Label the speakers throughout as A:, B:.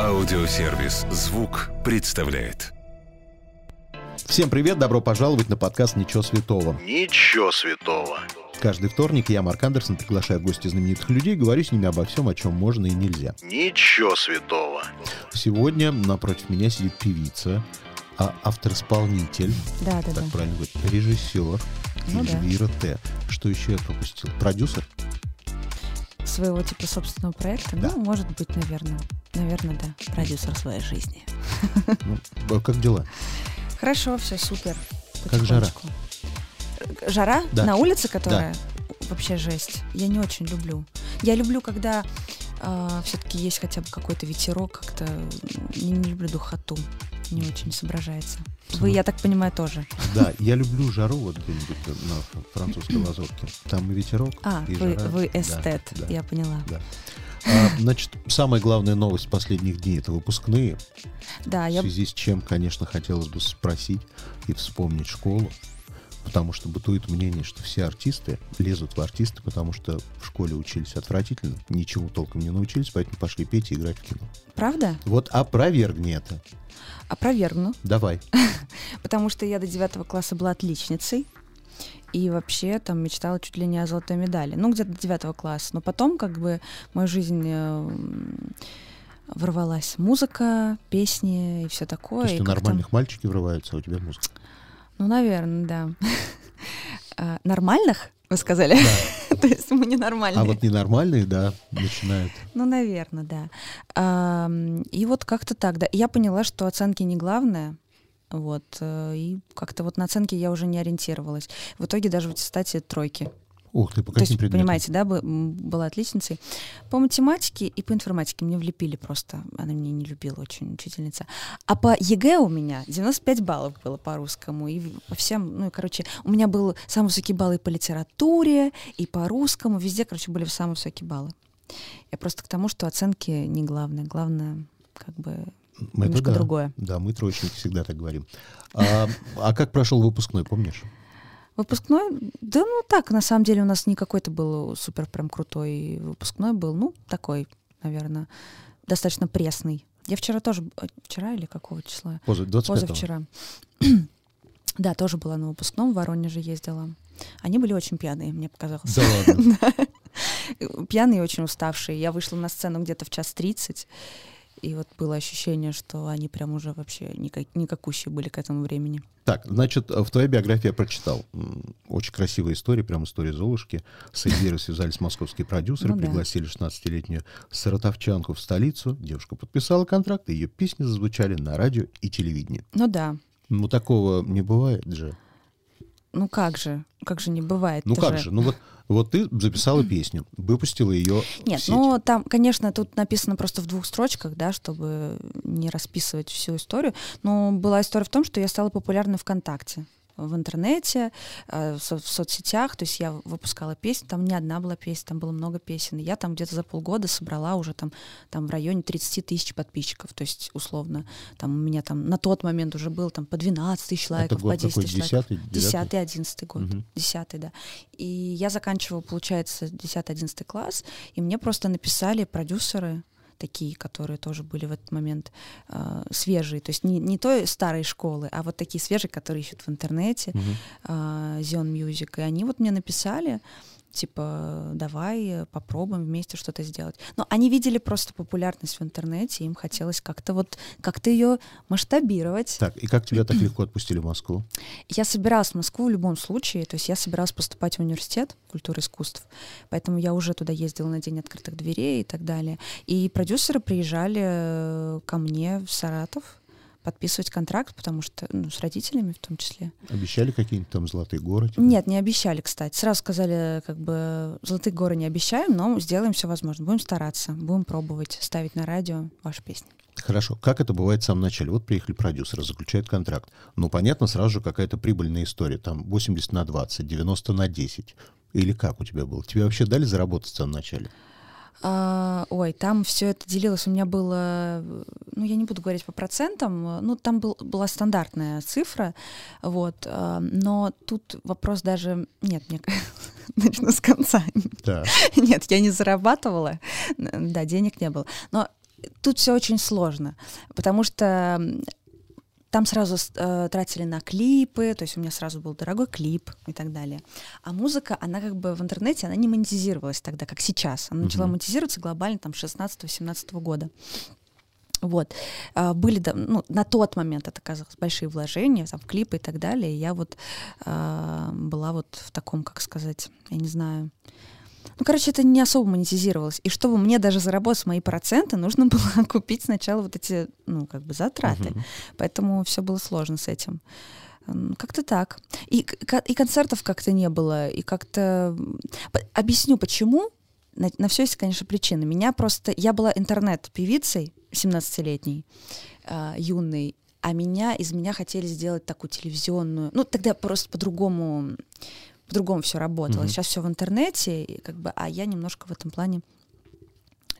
A: Аудиосервис «Звук» представляет.
B: Всем привет, добро пожаловать на подкаст «Ничего святого».
C: Ничего святого.
B: Каждый вторник я, Марк Андерсон, приглашаю в гости знаменитых людей, говорю с ними обо всем, о чем можно и нельзя.
C: Ничего святого.
B: Сегодня напротив меня сидит певица, а автор-исполнитель,
D: Да, да,
B: так
D: да.
B: правильно говорить, режиссер
D: Ну да.
B: Эльвира Т. Что еще я пропустил? Продюсер?
D: Своего типа собственного проекта,
B: Да.
D: ну, может быть, наверное. Наверное, да. Продюсер своей жизни.
B: Ну, а как дела?
D: Хорошо, все супер.
B: Как жара?
D: Потихонечку. Жара
B: Да.
D: на улице, которая вообще жесть. Я не очень люблю. Я люблю, когда все-таки есть хотя бы какой-то ветерок, как-то не, не люблю духоту. Не очень соображается. Вы, я так понимаю, тоже.
B: Да, я люблю жару вот где-нибудь на французской лазурке. Там и ветерок,
D: А,
B: и
D: вы,
B: жара.
D: вы
B: Да,
D: эстет,
B: да.
D: я поняла.
B: Да. А, значит, самая главная новость последних дней – это выпускные.
D: Да,
B: В
D: А я
B: связи с чем, конечно, хотелось бы спросить и вспомнить школу, потому что бытует мнение, что все артисты лезут в артисты, потому что в школе учились отвратительно, ничему толком не научились, поэтому пошли петь и играть в кино.
D: правда
B: Вот опровергни это.
D: опровергну.
B: Давай.
D: Потому что я до девятого класса была отличницей. И вообще там мечтала чуть ли не о золотой медали. Ну, где-то до девятого класса. Но потом как бы в мою жизнь э, м, ворвалась музыка, песни и все такое.
B: То есть
D: И
B: у
D: как-то-
B: нормальных мальчики врываются, а у тебя музыка.
D: Ну, наверное, да. А, Нормальных, вы сказали? То есть мы ненормальные.
B: А вот ненормальные, да, начинают.
D: Ну, наверное, да. Ам, И вот как-то так, да. И Я поняла, что оценки не главное. Вот. э, И как-то вот на оценки я уже не ориентировалась. В итоге даже в аттестате тройки.
B: Ух ты, по
D: То
B: каким
D: есть,
B: предметам?
D: понимаете, да, бы- м, была отличницей. По математике и по информатике мне влепили просто. Она меня не любила очень, учительница. А по ЕГЭ у меня 95 баллов было по-русскому. И в- по всем, ну, и, короче, у меня был самые высокие баллы и по литературе, и по-русскому. Везде, короче, были самые высокие баллы. Я просто к тому, что оценки не главное. Главное, как бы,
B: Ну, Это
D: немножко
B: да.
D: другое.
B: Да, мы троечники всегда так говорим. А, а как прошел выпускной, помнишь?
D: Выпускной, да ну так, на самом деле у нас не какой-то был э, супер прям крутой выпускной был, ну такой, наверное, достаточно пресный. Я вчера тоже, б- э, вчера или какого числа?
B: Поза- 25-го.
D: Позавчера. да, тоже была на выпускном, в Воронеже ездила. Они были очень пьяные, мне показалось. Э,
B: Да ладно.
D: Пьяные и очень уставшие. Я вышла на сцену где-то в час тридцать, и вот было ощущение, что они прям уже вообще никак, никакущие были к этому времени.
B: Так, значит, э, в твоей биографии я прочитал. м, Очень красивая история, прям история Золушки. С Эльвирой связались московские продюсеры,
D: Ну да.
B: пригласили 16-летнюю саратовчанку в столицу. Девушка подписала контракт, и ее песни зазвучали на радио и телевидении.
D: Ну да,
B: Ну, такого не бывает же.
D: ну как же, как же не бывает.
B: Ну,
D: Это
B: как же? Ну, вот, вот ты записала песню, выпустила ее
D: Нет, ну там, конечно, тут написано просто в двух строчках, да, чтобы не расписывать всю историю. Но была история в том, что я стала популярной ВКонтакте в интернете, э, в, со- в соцсетях, то есть я выпускала песни, там не одна была песня, там было много песен, и я там где-то за полгода собрала уже там, там в районе 30 тысяч подписчиков, то есть условно, там у меня там на тот момент уже было там по 12 тысяч лайков,
B: год
D: по 10
B: какой,
D: тысяч лайков.
B: 10-й, 9-й?
D: 10 11 год.
B: Мгм.
D: 10 да. И я заканчивала, получается, 10-11 класс, и мне просто написали продюсеры, такие, которые тоже были в этот момент э, свежие, то есть не, не той старой школы, а вот такие свежие, которые ищут в интернете,
B: Мгм.
D: а, Zion Music, и они вот мне написали, типа, давай э, попробуем вместе что-то сделать. Но они видели просто популярность в интернете, им хотелось как-то вот, как-то ее масштабировать.
B: Так, и как тебя так легко отпустили в Москву?
D: Я собиралась в Москву в любом случае, то есть я собиралась поступать в университет культуры и искусств, поэтому я уже туда ездила на День открытых дверей и так далее. И продюсеры приезжали э, ко мне в Саратов подписывать контракт, потому что, ну, с родителями в том числе.
B: Обещали какие-нибудь там золотые горы? тебе?
D: Нет, не обещали, кстати. Сразу сказали, как бы, золотые горы не обещаем, но сделаем все возможное. Будем стараться, будем пробовать ставить на радио ваши песни.
B: Хорошо. Как это бывает в самом начале? Вот приехали продюсеры, заключают контракт. Ну, понятно, сразу же какая-то прибыльная история. Там 80 на 20, 90 на 10. Или как у тебя было? Тебе вообще дали заработать в самом начале?
D: А, ой, там все это делилось. У меня было, э, ну, я не буду говорить по процентам, э, ну, там был, была стандартная цифра, вот. а, но тут вопрос даже... Нет, мне... Начну с конца.
B: Да.
D: Нет, я не зарабатывала, н- да, денег не было. Но тут все очень сложно, потому что там сразу э, тратили на клипы, то есть у меня сразу был дорогой клип и так далее. А музыка, она как бы в интернете, она не монетизировалась тогда, как сейчас. Она начала
B: Мгм.
D: монетизироваться глобально там 16-17 года. Вот. А, Были, да, ну, на тот момент это казалось большие вложения там, в клипы и так далее. И я вот а, была вот в таком, как сказать, я не знаю. Ну, короче, это не особо монетизировалось. И чтобы мне даже заработать мои проценты, нужно было купить сначала вот эти, ну, как бы затраты.
B: Мгм.
D: Поэтому все было сложно с этим. М, Как-то так. И, к- и концертов как-то не было. И как-то... м, по- Объясню, почему. На, все есть, конечно, причины. Меня просто... Я была интернет-певицей 17-летней, а, юной. А меня, из меня хотели сделать такую телевизионную... Ну, тогда просто по-другому по-другому все работало.
B: Мгм.
D: Сейчас все в интернете, и как бы, а я немножко в этом плане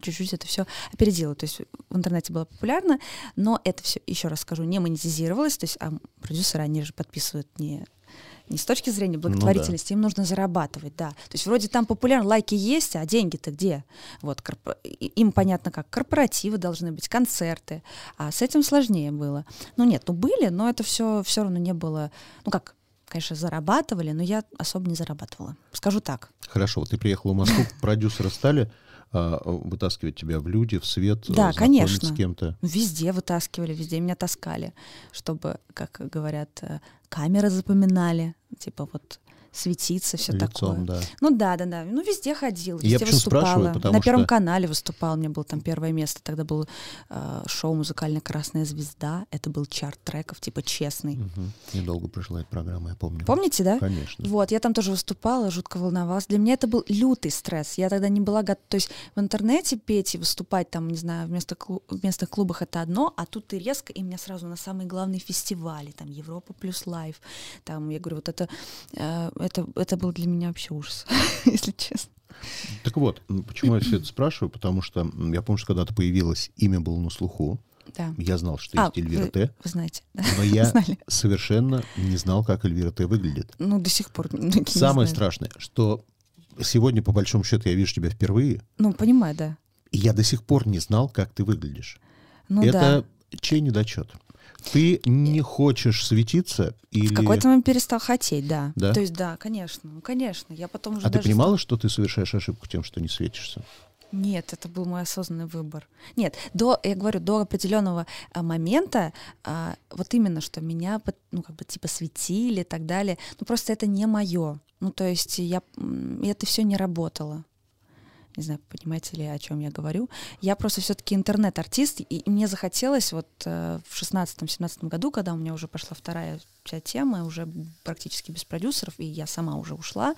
D: чуть-чуть это все опередила. То есть в интернете было популярно, но это все, еще раз скажу, не монетизировалось. То есть а продюсеры, они же подписывают не, не с точки зрения
B: Ну да.
D: благотворительности, им нужно зарабатывать, да. То есть вроде там популярно, лайки есть, а деньги-то где? Вот, корпо- и- им понятно как, корпоративы должны быть, концерты, а с этим сложнее было. Ну нет, ну были, но это все все равно не было, ну как, конечно, зарабатывали, но я особо не зарабатывала. Скажу так.
B: Хорошо, вот ты приехала в Москву, продюсеры стали а, вытаскивать тебя в люди, в свет,
D: Да,
B: знакомить
D: конечно.
B: с кем-то.
D: Ну, Везде вытаскивали, везде меня таскали, чтобы, как говорят, э, камеры запоминали, типа вот светиться, все такое.
B: лицом, да.
D: Ну да, да, да. Ну везде ходила,
B: Я
D: везде
B: почему спрашиваю,
D: выступала.
B: потому
D: На Первом
B: что-
D: канале выступала, у меня было там первое место. Тогда был э, шоу «Музыкальная красная звезда». Это был чарт треков, типа честный.
B: Мгм. Недолго пришла эта программа, я помню.
D: Помните, да?
B: Конечно.
D: Вот, я там тоже выступала, жутко волновалась. Для меня это был лютый стресс. Я тогда не была готова. То есть в интернете петь и выступать там, не знаю, вместо клу- в местных клубах это одно, а тут ты резко, и меня сразу на самые главные фестивали, там Европа плюс лайф. Там, я говорю, вот это, э, это, это был для меня вообще ужас, если честно.
B: Так вот, м, почему я все это спрашиваю? Потому что м, я помню, что когда-то появилось, имя было на слуху.
D: Да.
B: Я знал, что
D: А,
B: есть Эльвира
D: вы-
B: Т,
D: Вы знаете, да?
B: но я
D: Знали.
B: совершенно не знал, как Эльвира Т выглядит.
D: Ну, до сих пор. многие не
B: Самое
D: знают.
B: страшное, что сегодня, по большому счету, я вижу тебя впервые,
D: Ну, понимаю, да.
B: и я до сих пор не знал, как ты выглядишь.
D: Ну да. Э.
B: Это чей недочет? Ты не хочешь светиться или...
D: В какой-то момент перестал хотеть, да.
B: Да?
D: То есть, да, конечно, ну, конечно. Я потом уже
B: А ты
D: даже
B: понимала, что ты совершаешь ошибку тем, что не светишься?
D: Нет, это был мой осознанный выбор. Нет, до, я говорю, до определенного а, момента, а, вот именно, что меня, под- ну, как бы, типа, светили и так далее, ну, просто это не мое. Ну, то есть я, м, и это все не работало. Не знаю, понимаете ли, о чем я говорю. Я просто все-таки интернет-артист, и мне захотелось вот э, в 16-17 году, когда у меня уже пошла вторая вся тема, уже практически без продюсеров, и я сама уже ушла,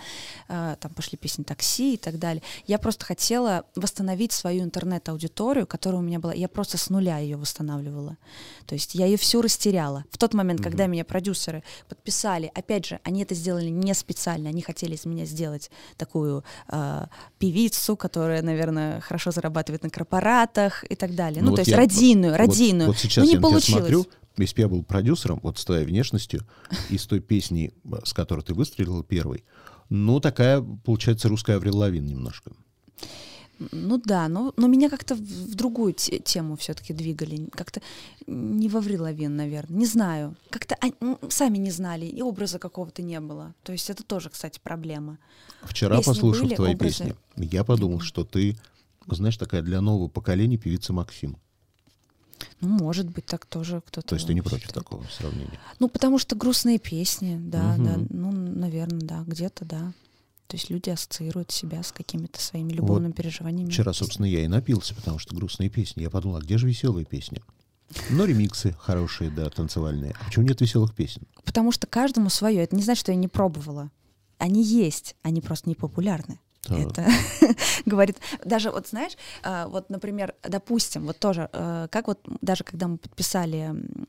D: э, там пошли песни такси и так далее. Я просто хотела восстановить свою интернет-аудиторию, которая у меня была. Я просто с нуля ее восстанавливала. То есть я ее всю растеряла. В тот момент, когда меня продюсеры подписали, опять же, они это сделали не специально, они хотели из меня сделать такую э, певицу, которая, наверное, хорошо зарабатывает на корпоратах и так далее.
B: Ну,
D: Ну,
B: вот
D: то есть
B: я-
D: родийную,
B: Вот-
D: родийную.
B: Вот, сейчас
D: ну, не
B: я на тебя
D: получилось.
B: смотрю, если бы я был продюсером, вот с твоей внешностью и с той песней, э, с которой ты выстрелил первой, ну, такая, получается, русская Аврил Лавин немножко.
D: Ну да, но, но меня как-то в, в другую те- тему все-таки двигали. Как-то не во Вриловен, наверное. Не знаю. Как-то они, м, сами не знали, и образа какого-то не было. То есть это тоже, кстати, проблема.
B: Вчера,
D: Песни
B: послушав
D: были,
B: твои
D: образы?
B: песни, я подумал, что ты, знаешь, такая для нового поколения певица Максим.
D: Ну, может быть, так тоже кто-то.
B: То есть ты не против
D: считает.
B: такого сравнения?
D: Ну, потому что грустные песни, да, да.
B: Мгм.
D: Ну, наверное, да, где-то, да. То есть люди ассоциируют себя с какими-то своими любовными переживаниями.
B: Вчера, собственно, я и напился, потому что грустные песни. Я подумал, а где же веселые песни? Но ремиксы хорошие, да, танцевальные. А почему нет веселых песен?
D: Потому что каждому свое. Это не значит, что я не пробовала. Они есть, они просто не популярны.
B: Да.
D: Это говорит, даже вот знаешь, а, вот, например, допустим, вот тоже, э, как вот даже когда мы подписали м,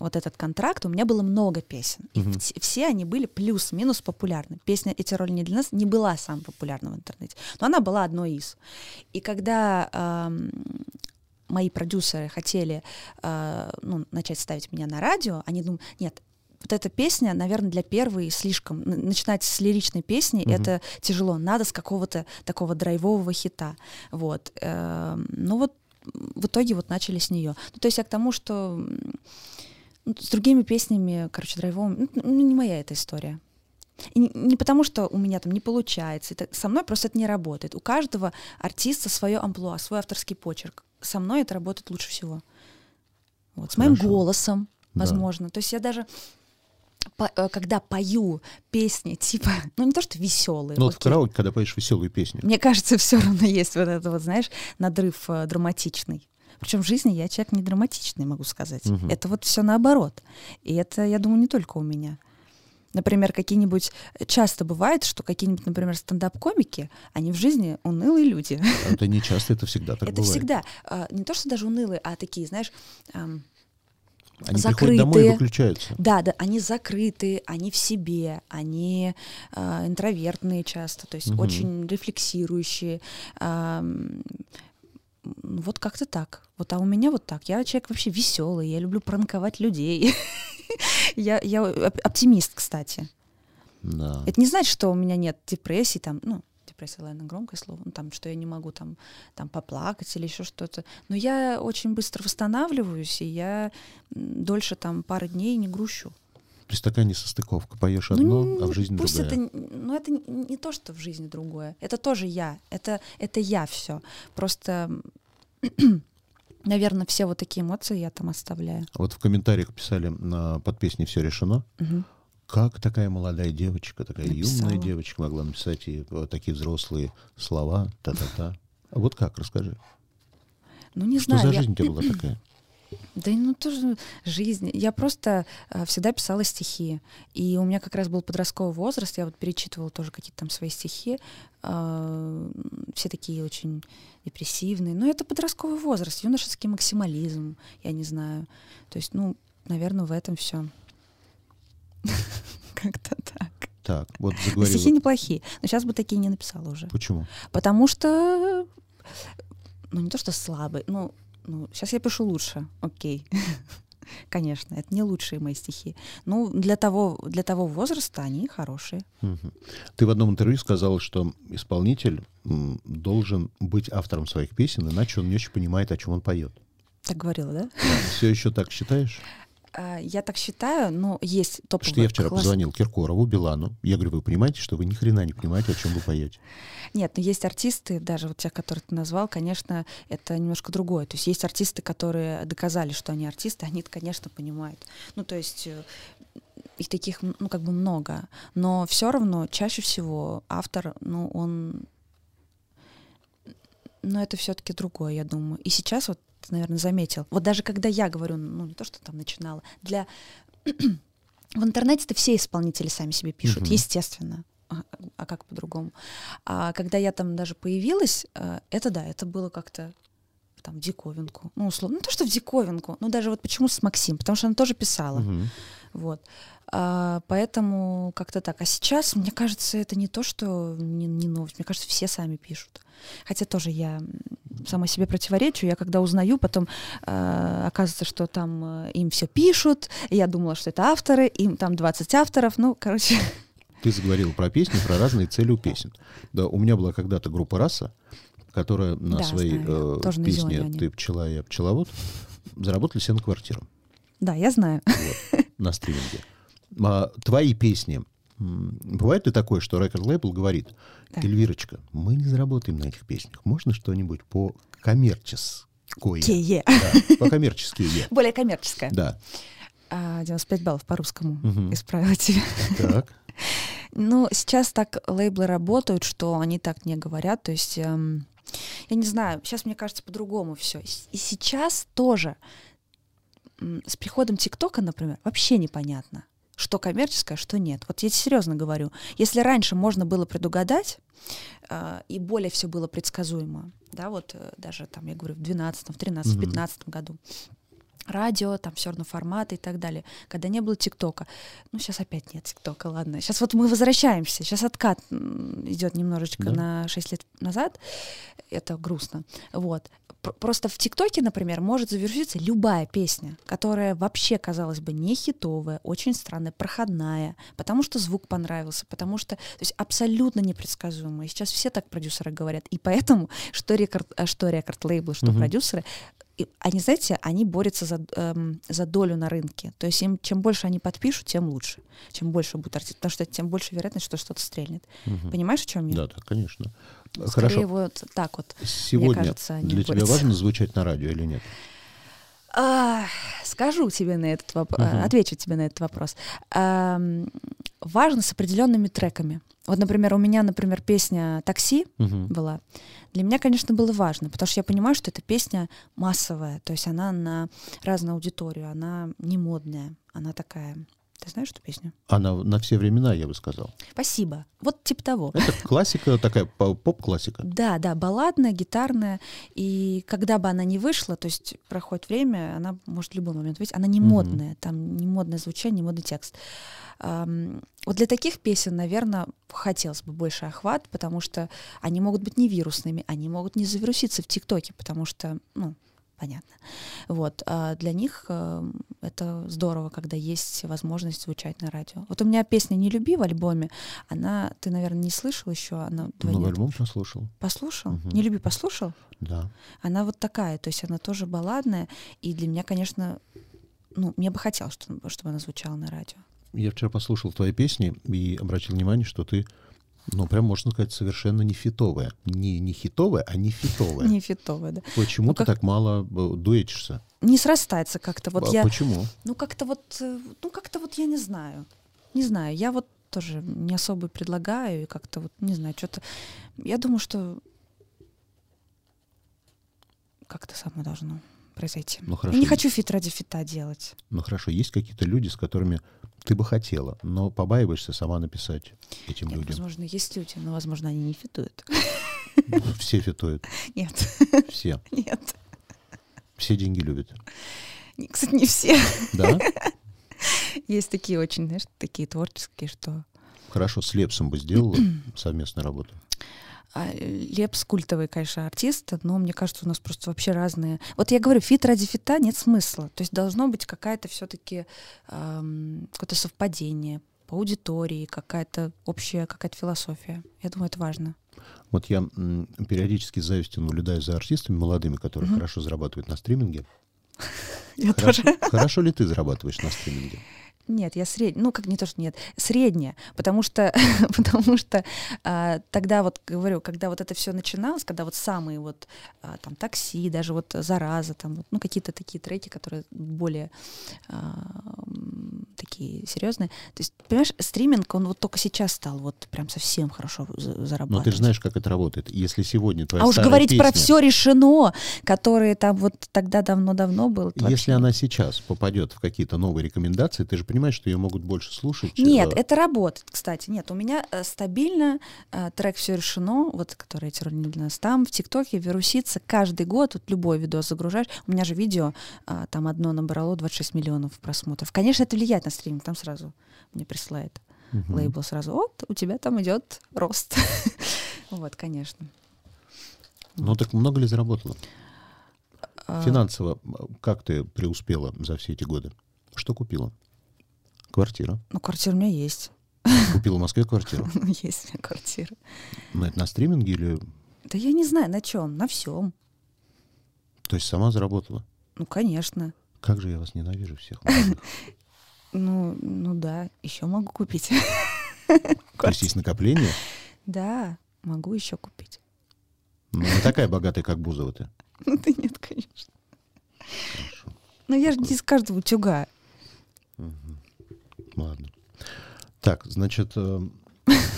D: вот этот контракт, у меня было много песен, и
B: Мгм.
D: вс- все они были плюс-минус популярны. Песня «Эти роли не для нас» не была самой популярной в интернете, но она была одной из. И когда ам, мои продюсеры хотели э, ну, начать ставить меня на радио, они думали, нет, вот эта песня, наверное, для первой слишком. Н- Начинать с лиричной песни
B: Мгм.
D: это тяжело. Надо с какого-то такого драйвового хита. Вот. Эм, ну вот в итоге вот начали с нее. Ну, то есть я к тому, что м, ну, с другими песнями, короче, драйвовыми, ну, ну, не моя эта история. И не- не потому, что у меня там не получается, это, со мной просто это не работает. У каждого артиста свое амплуа, свой авторский почерк. Со мной это работает лучше всего. Вот, с моим
B: Хорошо.
D: голосом,
B: Да.
D: возможно. То есть я даже, по- э, когда пою песни, типа, ну не то, что веселые.
B: Ну, вот в караоке, когда поешь веселую песню.
D: Мне кажется, все равно есть вот это вот, знаешь, надрыв э, драматичный. Причем в жизни я человек не драматичный, могу сказать.
B: Мгм.
D: Это вот все наоборот. И это, я думаю, не только у меня. Например, какие-нибудь... э, Часто бывает, что какие-нибудь, например, стендап-комики, они в жизни унылые люди.
B: Это не часто, это всегда так
D: это
B: бывает.
D: всегда. э, Не то, что даже унылые, а такие, знаешь... эм,
B: Они
D: закрытые.
B: приходят домой и выключаются.
D: Да, да, они закрыты, они в себе, они э, интровертные часто, то есть
B: Мгм.
D: очень рефлексирующие. Ам, ну, вот как-то так. Вот, а у меня вот так. Я человек вообще веселый, я люблю пранковать людей. Я, я оп- оптимист, кстати.
B: Да.
D: Это не значит, что у меня нет депрессии, там, ну, депрессия, ладно, громкое слово, ну, там, что я не могу там, там поплакать или еще что-то. Но я очень быстро восстанавливаюсь, и я м, дольше там пары дней не грущу.
B: При стакане состыковка. Поешь
D: Ну,
B: одно, а в
D: н-
B: жизни
D: пусть
B: другое.
D: это, н- ну это не, не то, что в жизни другое. Это тоже я. Это это я все. Просто, наверное, все вот такие эмоции я там оставляю.
B: Вот в комментариях писали на, под песней «Все решено».
D: Мгм.
B: Как такая молодая девочка, такая
D: Написала.
B: юная девочка могла написать и э, такие взрослые слова, та-та-та. А Вот как, расскажи.
D: Ну не
B: Что
D: знаю.
B: за
D: я-
B: жизнь у тебя была такая?
D: Да ну тоже жизнь. Я просто э, всегда писала стихи. И у меня как раз был подростковый возраст, я вот перечитывала тоже какие-то там свои стихи. Э, Все такие очень депрессивные. Но это подростковый возраст, юношеский максимализм, я не знаю. То есть, ну, наверное, в этом все. Как-то так.
B: Так, вот
D: Но Стихи
B: заговорила.
D: неплохие. Но сейчас бы такие не написала уже.
B: Почему?
D: Потому что, ну не то что слабый, ну, ну сейчас я пишу лучше, окей. Конечно, это не лучшие мои стихи. Ну, для того, для того возраста они хорошие.
B: Мгм. Ты в одном интервью сказала, что исполнитель м, должен быть автором своих песен, иначе он не очень понимает, о чем он поет.
D: Так говорила, да?
B: Все еще так считаешь?
D: А, Я так считаю, но есть топовые...
B: Что я вчера
D: класс-
B: позвонил Киркорову, Билану. Я говорю, вы понимаете, что вы ни хрена не понимаете, о чем вы поете.
D: Нет, но есть артисты, даже вот тех, которых ты назвал, конечно, это немножко другое. То есть есть артисты, которые доказали, что они артисты, они это, конечно, понимают. Ну, то есть э, и таких, м, ну, как бы много. Но все равно чаще всего автор, ну, он... Но это все-таки другое, я думаю. И сейчас вот ты, наверное, заметил. Вот даже когда я говорю, ну, не то, что там начинала, для... В интернете-то все исполнители сами себе пишут,
B: Мгм.
D: естественно. А, а как по-другому? А когда я там даже появилась, э, это да, это было как-то там в диковинку. Ну, условно. Ну, то, что в диковинку. Ну, даже вот почему с Максим, потому что она тоже писала.
B: Мгм.
D: Вот. А, поэтому как-то так. А сейчас, мне кажется, это не то, что не, не новость. Мне кажется, все сами пишут. Хотя тоже я м, сама себе противоречу. Я когда узнаю, потом а, оказывается, что там э, им все пишут. И я думала, что это авторы, им там 20 авторов. Ну, короче,
B: Ты заговорил про песни, про разные цели у песен. Да, у меня была когда-то группа «Раса», которая на
D: Да,
B: своей
D: знаю.
B: э,
D: Тоже на
B: песне
D: «Зелёне» они.
B: «Ты пчела, я пчеловод» заработали себе на квартиру
D: да, я знаю.
B: на стриминге. А твои песни, м, бывает ли такое, что рекорд-лейбл говорит,
D: Да.
B: Эльвирочка, мы не заработаем на этих песнях, можно что-нибудь по коммерческое?
D: Кее.
B: Да, по коммерческие.
D: Более коммерческая.
B: Да.
D: А, 95 баллов по-русскому
B: Мгм.
D: исправила тебя.
B: Так.
D: Ну, сейчас так лейблы работают, что они так не говорят. То есть, эм, я не знаю, сейчас, мне кажется, по-другому все. И сейчас тоже м, с приходом ТикТока, например, вообще непонятно, что коммерческое, что нет. Вот я серьезно говорю, если раньше можно было предугадать, э, и более все было предсказуемо, да, вот э, даже там, я говорю, в 12, в 13, в
B: Мгм.
D: 15 году, радио, там все равно форматы и так далее, когда не было ТикТока. Ну, сейчас опять нет ТикТока, ладно. Сейчас вот мы возвращаемся, сейчас откат м, идет немножечко
B: Да.
D: на 6 лет назад, это грустно. Вот. П- Просто в ТикТоке, например, может завершиться любая песня, которая вообще, казалось бы, не хитовая, очень странная, проходная, потому что звук понравился, потому что, то есть абсолютно непредсказуемая. Сейчас все так продюсеры говорят, и поэтому, что рекорд, а, что рекорд лейблы, что
B: Мгм.
D: продюсеры, и они, знаете, они борются за, эм, за долю на рынке. То есть им чем больше они подпишут, тем лучше. Чем больше будет артист, потому что тем больше вероятность, что что-то стрельнет.
B: Мгм.
D: Понимаешь, о чем я?
B: Да, да, конечно. Хорошо.
D: Скорее вот так вот.
B: Сегодня
D: кажется, они
B: для тебя
D: борются.
B: важно звучать на радио или нет?
D: А, скажу тебе на этот вопрос,
B: Мгм.
D: отвечу тебе на этот вопрос. Ам, важно с определенными треками. Вот, например, у меня, например, песня "Такси"
B: Мгм.
D: была. Для меня, конечно, было важно, потому что я понимаю, что эта песня массовая, то есть она на разную аудиторию, она не модная, она такая. Ты знаешь эту песню?
B: Она А на все времена, я бы сказал.
D: Спасибо. Вот типа того.
B: Это классика, такая по- поп-классика.
D: Да, да, балладная, гитарная. И когда бы она не вышла, то есть проходит время, она может в любой момент выйти. Она не
B: Мгм.
D: модная, там не модное звучание, не модный текст. Ам, вот для таких песен, наверное, хотелось бы больше охват, потому что они могут быть не вирусными, они могут не завируситься в ТикТоке, потому что, ну, понятно. Вот. а для них эм, это здорово, когда есть возможность звучать на радио. Вот у меня песня «Не люби» в альбоме, она, ты, наверное, не слышал еще, она
B: Ну,
D: вдвойне
B: альбом послушал.
D: Послушал?
B: Мгм.
D: Не люби, послушал?
B: Да.
D: Она вот такая, то есть она тоже балладная, и для меня, конечно, ну, мне бы хотелось, чтобы, чтобы она звучала на радио.
B: Я вчера послушал твои песни и обратил внимание, что ты, ну, прям можно сказать, совершенно не фитовая. Не, не хитовая, а не фитовая.
D: Не фитовая, да.
B: Почему
D: Ну,
B: ты
D: как-
B: так мало э, дуэтишься?
D: Не срастается как-то. Вот
B: А
D: я,
B: Почему?
D: ну как-то вот, э, ну как-то вот я не знаю. Не знаю, я вот тоже не особо предлагаю, и как-то вот, не знаю, что-то... Я думаю, что как-то само должно произойти.
B: Ну,
D: Я
B: хорошо.
D: не хочу фит ради фита делать.
B: Ну, хорошо, есть какие-то люди, с которыми ты бы хотела, но побаиваешься сама написать этим
D: Нет,
B: людям.
D: возможно, есть люди, но, возможно, они не фитуют.
B: Все фитуют,
D: Нет,
B: все.
D: нет.
B: Все деньги любят.
D: Не- Кстати, не все.
B: Да?
D: Есть такие очень, знаешь, такие творческие, что...
B: Хорошо, с Лепсом бы сделала совместную работу.
D: А, э, Лепс культовый, конечно, артист, но мне кажется, у нас просто вообще разные... Вот я говорю, фит ради фита нет смысла. То есть должно быть какая-то все таки какое-то совпадение по аудитории, какая-то общая какая-то философия. Я думаю, это важно.
B: Вот я м, периодически с завистью наблюдаю за артистами молодыми, которые хорошо зарабатывают на стриминге.
D: Я
B: Хорошо, хорошо ли ты зарабатываешь на стриминге?
D: Нет, я средняя. Ну, как не то, что нет, средняя. Потому что, потому что а, тогда вот, говорю, когда вот это все начиналось, когда вот самые вот а, там такси, даже вот зараза, там, вот, ну, какие-то такие треки, которые более а, м, такие серьезные. То есть, понимаешь, стриминг, он вот только сейчас стал вот прям совсем хорошо за- зарабатывать.
B: Но Ну, ты же знаешь, как это работает. Если сегодня твоя
D: а уж
B: старая
D: говорить про
B: песня-
D: все решено, которые там вот тогда давно-давно было. это
B: Если
D: вообще-
B: она сейчас попадет в какие-то новые рекомендации, ты же понимаешь, что ее могут больше слушать.
D: Нет,
B: э,
D: это работает, кстати. Нет, у меня э, стабильно э, трек все решено, вот который эти роли для нас там, в ТикТоке вирусится каждый год, вот любой видос загружаешь. У меня же видео а, там одно набрало 26 миллионов просмотров. Конечно, это влияет на стрим, там сразу мне присылает
B: мгм.
D: лейбл сразу, вот, у тебя там идет рост. Вот, конечно.
B: Ну так много ли заработала?
D: А,
B: Финансово м, как ты преуспела за все эти годы? Что купила? Квартира.
D: Ну, квартира у меня есть.
B: Купила в Москве квартиру.
D: Есть у меня квартира.
B: Но это на стриминге или...
D: Да я не знаю, на чем, на всем.
B: То есть сама заработала?
D: Ну, конечно.
B: Как же я вас ненавижу всех. молодых.
D: Ну, ну да, еще могу купить.
B: То есть есть накопление,
D: Да, могу еще купить.
B: но не Ну, такая богатая, как Бузова ты.
D: Ну ты нет, конечно. Ну я же не из каждого утюга.
B: Ладно. Так, значит, э,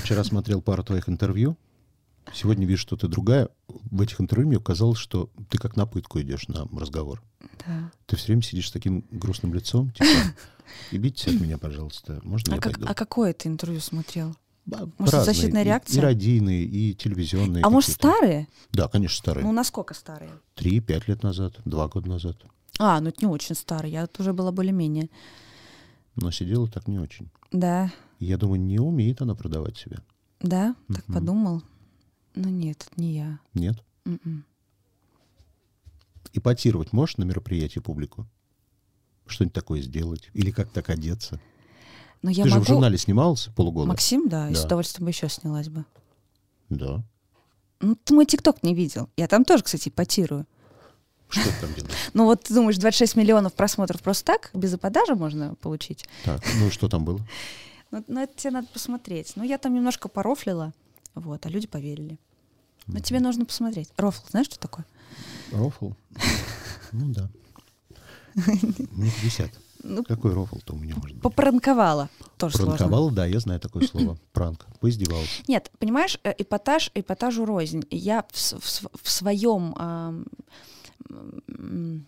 B: вчера смотрел пару твоих интервью. Сегодня вижу, что ты другая. В этих интервью мне казалось, что ты как на пытку идешь на разговор.
D: Да.
B: Ты все время сидишь с таким грустным лицом, типа, «Уберитесь от меня, пожалуйста, можно Ну,
D: А,
B: я
D: как-
B: пойду?»
D: а какое ты интервью смотрел?
B: Ба-
D: может,
B: разные,
D: защитная
B: и-
D: реакция?
B: И радийные, и телевизионные.
D: а может
B: какие-то.
D: старые?
B: Да, конечно, старые.
D: Ну насколько старые?
B: Три-пять лет назад, два года назад.
D: А, ну это не очень старый, я тут уже была более-менее.
B: Но сидела так не очень.
D: Да,
B: И Я думаю, не умеет она продавать себя.
D: да, так
B: Мгм.
D: подумал. Ну нет, это не я. М-м.
B: Нет.
D: Мгм.
B: Ипотировать можешь на мероприятии публику? Что-нибудь такое сделать? Или как так одеться?
D: Но я
B: Ты же
D: могу...
B: в журнале снимался полгода?
D: Максим, да, и с
B: Да.
D: удовольствием бы еще снялась бы.
B: Да.
D: Ну, ты мой ТикТок не видел. Я там тоже, кстати, потирую.
B: Что ты там делал?
D: Ну вот ты думаешь, 26 миллионов просмотров просто так, без эподажа можно получить?
B: Так, ну и что там было?
D: Ну, ну, это тебе надо посмотреть. Ну, я там немножко порофлила, вот, а люди поверили. Но тебе нужно посмотреть. Рофл, знаешь, что такое?
B: Рофл? Ну да. Мне 50.
D: Ну,
B: Какой рофл-то у меня может быть?
D: попранковала. Тоже сложно.
B: Пранковал, да, я знаю такое слово. Пранк. Поиздевался.
D: Нет, понимаешь, э, эпатаж, эпатажу рознь. И Я в, с- в св- в своем ам, м,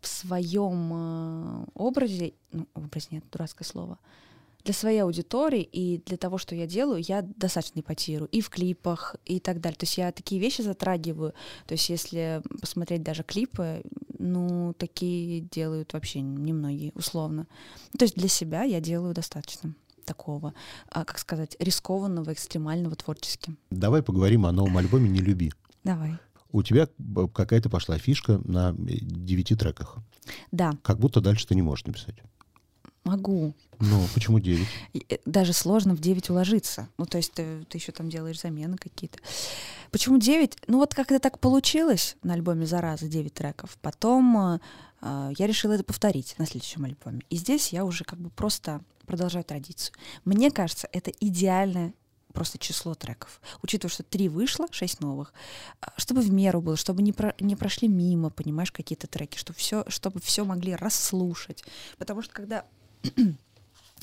D: в своем э, образе, ну, образ нет, дурацкое слово, для своей аудитории и для того, что я делаю, я достаточно эпатирую и в клипах и так далее. То есть я такие вещи затрагиваю. То есть если посмотреть даже клипы, ну, такие делают вообще немногие, условно. Ну, То есть для себя я делаю достаточно такого, а, как сказать, рискованного, экстремального творчески.
B: Давай поговорим о новом альбоме «Не люби».
D: Давай.
B: У тебя б, какая-то пошла фишка на э, девяти треках.
D: Да,
B: Как будто дальше ты не можешь написать.
D: могу.
B: Ну, почему 9?
D: И, э, даже сложно в 9 уложиться. Ну, то есть ты, еще там делаешь замены какие-то. Почему 9? Ну, вот как-то так получилось на альбоме «Зараза» 9 треков. Потом э, э, я решила это повторить на следующем альбоме. И здесь я уже как бы просто продолжаю традицию. Мне кажется, это идеальное просто число треков. Учитывая, что три вышло, шесть новых. А, Чтобы в меру было, чтобы не, про- не прошли мимо, понимаешь, какие-то треки, чтобы все, чтобы все могли расслушать. Потому что когда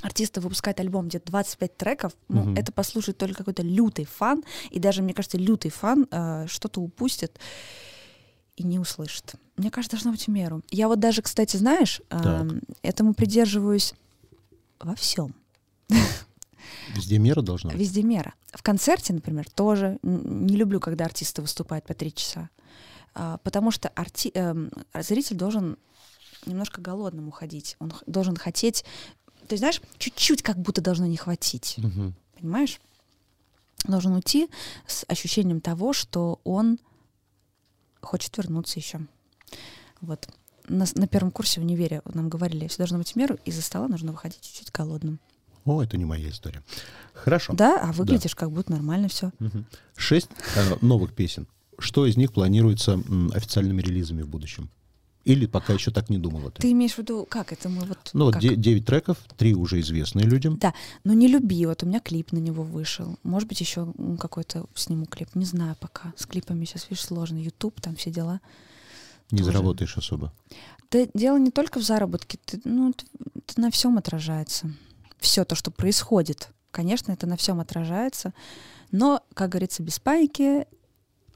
D: артисты выпускают альбом, где 25 треков, ну,
B: Мгм.
D: это послушает только какой-то лютый фан, и даже, мне кажется, лютый фан э, что-то упустит и не услышит. Мне кажется, должно быть в меру. Я вот даже, кстати, знаешь, э,
B: Так.
D: этому придерживаюсь во всем.
B: Везде мера должна быть?
D: Везде мера. В концерте, например, тоже н- не люблю, когда артисты выступают по три часа. А, Потому что арти- эм, зритель должен немножко голодным уходить. Он х- должен хотеть... Ты знаешь, чуть-чуть как будто должно не хватить.
B: Мгм.
D: Понимаешь? Должен уйти с ощущением того, что он хочет вернуться еще. Вот. Нас на первом курсе в универе нам говорили, все должно быть в меру, из-за стола нужно выходить чуть-чуть голодным.
B: О, это не моя история. Хорошо.
D: Да, а выглядишь как будто нормально все.
B: Мгм. Шесть э, новых песен. Что из них планируется м, официальными релизами в будущем? Или пока еще так не думала ты?
D: Ты имеешь в виду, как это мы вот...
B: Ну, вот
D: как?
B: де- девять треков, три уже известные людям.
D: Да, но не люби, вот у меня клип на него вышел. Может быть, еще м, какой-то сниму клип, не знаю пока. С клипами сейчас, видишь, сложно. Ютуб, там все дела.
B: Не
D: тоже.
B: заработаешь особо.
D: Да дело не только в заработке, ты- ну, это, это на всем отражается. Все то, что происходит, конечно, это на всем отражается. Но, как говорится, без паники,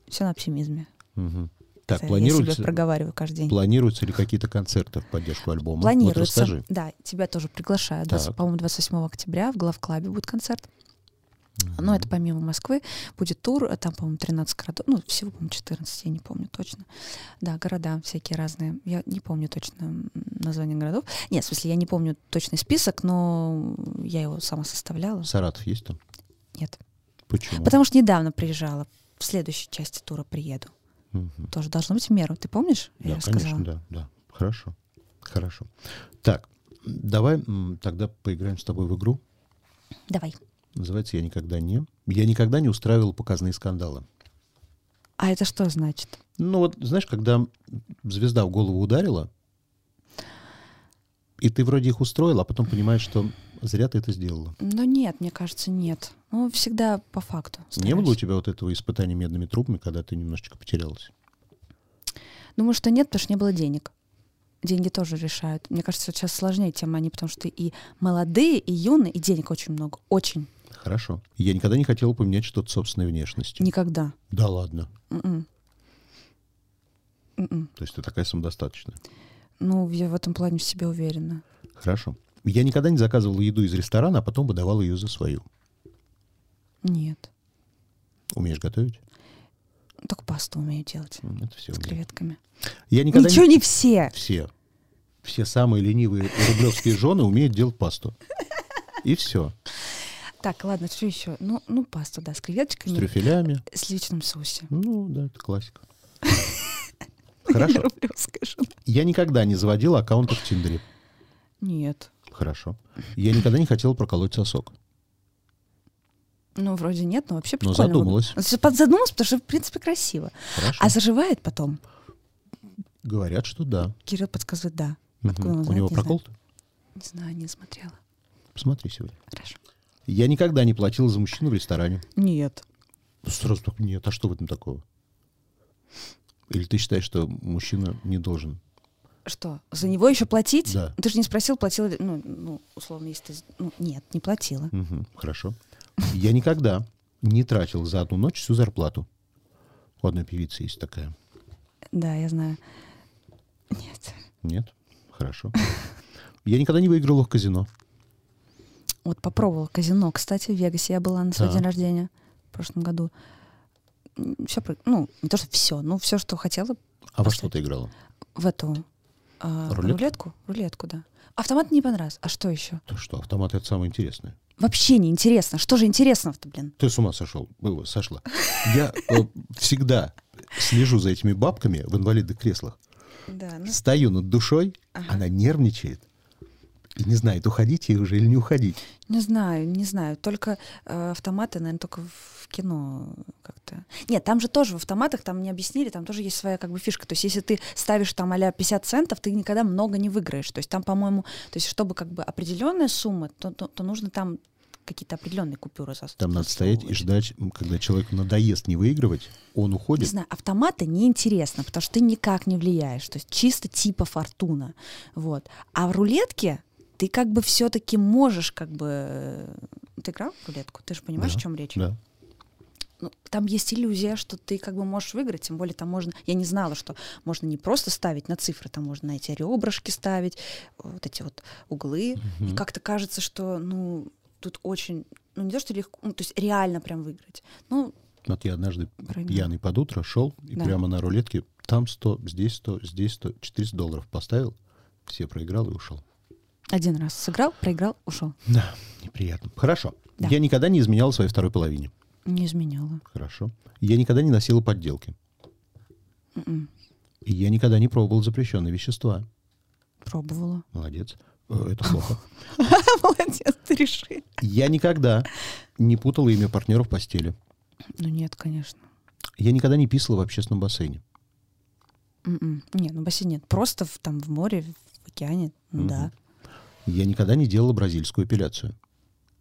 D: все на оптимизме.
B: Мгм. Так,
D: Это Я
B: планируется,
D: себе проговариваю каждый день.
B: планируются ли какие-то концерты в поддержку альбома? Вот
D: Планируется.
B: расскажи.
D: да, тебя тоже приглашают.
B: Так.
D: Двадцать- По-моему, 28 октября в главклабе будет концерт. Ну, это помимо Москвы. Будет тур, а там, по-моему, 13 городов. Ну, всего, по-моему, 14, я не помню точно. Да, города всякие разные. Я не помню точно м, название городов. Нет, в смысле, я не помню точный список, но я его сама составляла.
B: Саратов есть там?
D: Нет.
B: Почему?
D: Потому что недавно приезжала. В следующей части тура приеду.
B: Мгм.
D: Тоже должно быть в меру. Ты помнишь? Я
B: Да,
D: рассказала.
B: конечно, да, да. Хорошо. Хорошо. Так, м, давай м, тогда поиграем с тобой в игру.
D: Давай.
B: Называется «Я никогда не». Я никогда не устраивал показные скандалы.
D: А это что значит?
B: Ну вот, знаешь, когда звезда в голову ударила, и ты вроде их устроил, а потом понимаешь, что зря ты это сделала.
D: Ну, нет, мне кажется, нет. Ну, всегда по факту.
B: Не было у
D: стараюсь.
B: тебя вот этого испытания медными трубами, когда ты немножечко потерялась?
D: Думаю, что нет, потому что не было денег. Деньги тоже решают. Мне кажется, сейчас сложнее тема, они потому что и молодые, и юные, и денег очень много. Очень.
B: Хорошо. Я никогда не хотела поменять что-то собственной внешности.
D: Никогда.
B: Да ладно.
D: М-м. М-м.
B: То есть ты такая самодостаточная.
D: Ну, я в этом плане в себе уверена.
B: Хорошо. Я никогда не заказывала еду из ресторана, а потом выдавала ее за свою.
D: Нет.
B: Умеешь готовить?
D: Только пасту умею делать
B: М, Это все.
D: с креветками.
B: Я никогда
D: Ничего не все.
B: Все. Все самые ленивые рублевские жены умеют делать пасту. И все.
D: Так, ладно, что еще? Ну, ну пасту, да, с
B: С
D: креветочками,
B: трюфелями.
D: с сливочным соусе.
B: Ну, да, это классика. Хорошо.
D: Рублевская жена.
B: Я никогда не заводил аккаунта в Тиндере.
D: Нет.
B: Хорошо. Я никогда не хотел проколоть сосок.
D: Ну, вроде нет, но вообще
B: Но
D: прикольно.
B: задумалась.
D: выгля- Под- Задумалась, потому что, в принципе, красиво.
B: Хорошо.
D: А заживает потом?
B: Говорят, что да.
D: Кирилл подсказывает «да». Откуда он
B: Мгм. У
D: знает,
B: него
D: не знаю.
B: прокол?
D: Не знаю, не смотрела.
B: Посмотри сегодня.
D: Хорошо.
B: Я никогда не платил за мужчину в ресторане.
D: Нет.
B: Сразу так, нет, а что в этом такого? Или ты считаешь, что мужчина не должен?
D: Что, за него еще платить?
B: Да.
D: Ты же не спросил, платила ли- ну, ну, условно, если ты... с- Ну, нет, не платила.
B: Мгм, хорошо. Я никогда не тратил за одну ночь всю зарплату. У одной певицы есть такая.
D: Да, я знаю. Нет.
B: Нет? Хорошо. Я никогда не выигрывал в казино.
D: Вот попробовала казино, кстати, в Вегасе я была на свой
B: Так.
D: день рождения в прошлом году. Все, ну, не то, что все, ну, все, что хотела
B: А во
D: Поставь.
B: что ты играла?
D: в эту а,
B: Рулетку?
D: рулетку. Рулетку, да. Автомат не понравился. А что еще?
B: То что, автомат это самое интересное.
D: Вообще не интересно. Что же интересного-то, блин?
B: Ты с ума сошел, Э, сошла. Я э, всегда слежу за этими бабками в инвалидных креслах.
D: Да,
B: Стою над душой, она нервничает и не знает, уходить ей уже или не уходить.
D: Не знаю, не знаю. Только э, автоматы, наверное, только в кино как-то. Нет, там же тоже в автоматах, там не объяснили, там тоже есть своя как бы фишка. То есть если ты ставишь там а 50 центов, ты никогда много не выиграешь. То есть там, по-моему, то есть чтобы как бы определенная сумма, то, то, то нужно там какие-то определенные купюры зас-
B: Там надо стоять и
D: засовывать.
B: ждать, м, когда человеку надоест не выигрывать, он
D: Не
B: уходит.
D: знаю, автоматы неинтересно, потому что ты никак не влияешь. То есть чисто типа фортуна. Вот. А в рулетке ты как бы все-таки можешь как бы... э, Ты играл в рулетку? Ты же понимаешь,
B: Да,
D: о чем речь?
B: Да.
D: ну, там есть иллюзия, что ты как бы можешь выиграть, тем более там можно, я не знала, что можно не просто ставить на цифры, там можно на эти ребрышки ставить, вот эти вот углы, и как-то кажется, что, ну, тут очень, ну, не то, что легко, ну, то есть реально прям выиграть, ну,
B: Вот я однажды
D: Правильно.
B: пьяный под утро шел и
D: Да.
B: прямо на рулетке там 100, здесь 100, здесь 100, 400 долларов поставил, все проиграл и ушел.
D: один раз сыграл, проиграл, ушел,
B: Да, неприятно. Хорошо.
D: Да.
B: Я никогда не изменял своей второй половине.
D: не изменяла.
B: Хорошо. Я никогда не носила подделки.
D: М-м,
B: И я никогда не пробовал запрещенные вещества.
D: Пробовала.
B: Молодец. Э, Это плохо.
D: Молодец, ты реши.
B: Я никогда не путала имя партнера в постели.
D: Ну нет, конечно.
B: Я никогда не писала в общественном бассейне.
D: М-м. Не, ну бассейн нет, просто в- там в море, в океане, ну
B: Мгм.
D: да.
B: Я никогда не делала бразильскую эпиляцию.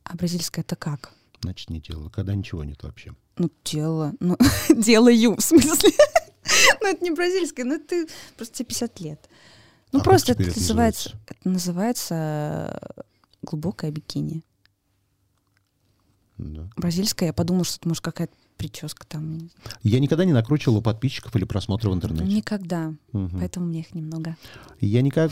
D: А бразильская это как?
B: Значит, не делала. Когда ничего нет вообще.
D: Ну, дело. Ну, делаю, в смысле. ну, это не бразильское, ну, ты просто тебе 50 лет.
B: А
D: Ну,
B: как
D: просто это
B: теперь это
D: называется, это называется э, глубокое бикини.
B: Да.
D: Бразильское, я подумала, что это, может, какая-то прическа там.
B: Я никогда не накручивала подписчиков или просмотров в интернете.
D: Никогда.
B: Мгм.
D: Поэтому мне их немного.
B: Я никак...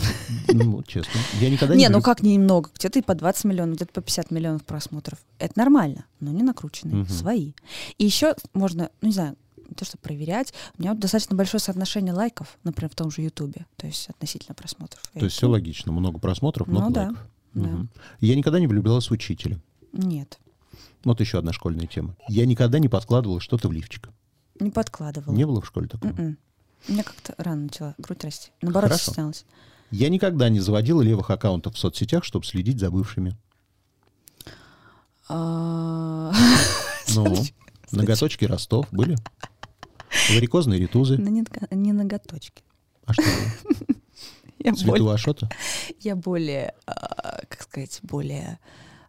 B: Ну, честно. Я никогда
D: не, ну
B: люблю-
D: как немного? Где-то и по 20 миллионов, где-то по 50 миллионов просмотров. Это нормально, но не накрученные,
B: Мгм.
D: свои. И еще можно, ну не знаю, не то, что проверять. У меня вот достаточно большое соотношение лайков, например, в том же Ютубе, то есть относительно просмотров.
B: То есть все логично. Много просмотров, много
D: Ну да,
B: лайков.
D: да.
B: Мгм. Я никогда не влюблялась в учителя.
D: Нет,
B: Вот еще одна школьная тема. Я никогда не подкладывала что-то в лифчик.
D: не подкладывала.
B: Не было в школе такого?
D: М-м. У меня как-то рано начала грудь расти. Наоборот,
B: Хорошо.
D: стеснялась.
B: Я никогда не заводила левых аккаунтов в соцсетях, чтобы следить за бывшими.
D: А,
B: Ну, ноготочки Ростов были? Варикозные ритузы.
D: Ну, не нога- не ноготочки.
B: А что было?
D: Я более,
B: Цвету Ашота?
D: я более, а, как сказать, более...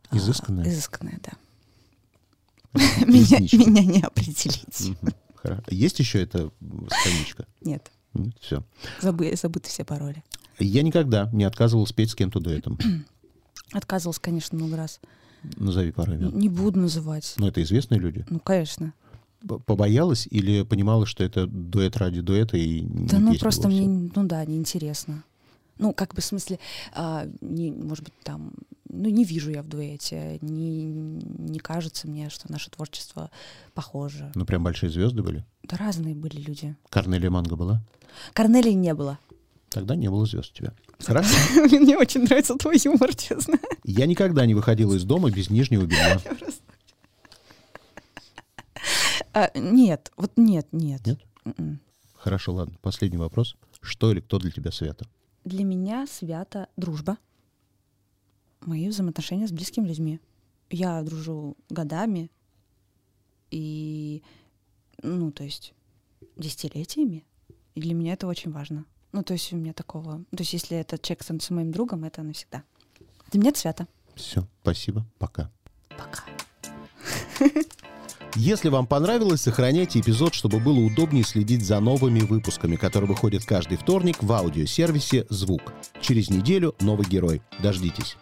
D: а,
B: Изысканная?
D: Изысканная, да. Меня,
B: Изичка.
D: меня не определить.
B: Мгм. Хоро- Есть еще эта м, страничка?
D: Нет,
B: Все.
D: забы- забыты все пароли.
B: Я никогда не отказывал спеть с кем-то дуэтом.
D: Отказывалась, конечно, много раз.
B: Назови пару имен.
D: Не буду называть.
B: Но это известные люди.
D: Ну, конечно.
B: П- Побоялась или понимала, что это дуэт ради дуэта и не
D: Да, ну
B: песня
D: просто
B: вовсе?
D: мне, ну да, неинтересно. Ну, как бы в смысле, а, не, может быть, там, ну, не вижу я в дуэте, не, не кажется мне, что наше творчество похоже.
B: Ну, прям большие звезды были.
D: Да разные были люди.
B: Корнелия Манго была?
D: Корнелии не было.
B: Тогда не было звезд у тебя. Хорошо.
D: Мне очень нравится твой юмор, честно.
B: Я никогда не выходила из дома без нижнего белья.
D: А, нет, вот нет, нет. М-м.
B: Нет?
D: Мгм.
B: Хорошо, ладно. Последний вопрос. Что или кто для тебя свято?
D: Для меня свято дружба. Мои взаимоотношения с близкими людьми. Я дружу годами и, ну, то есть, десятилетиями. И для меня это очень важно. Ну, то есть у меня такого... То есть если этот человек становится моим другом, это навсегда. Для меня это свято.
B: Все, спасибо, пока.
D: Пока.
B: Если вам понравилось, сохраняйте эпизод, чтобы было удобнее следить за новыми выпусками, которые выходят каждый вторник в аудиосервисе «Звук». Через неделю новый герой. Дождитесь.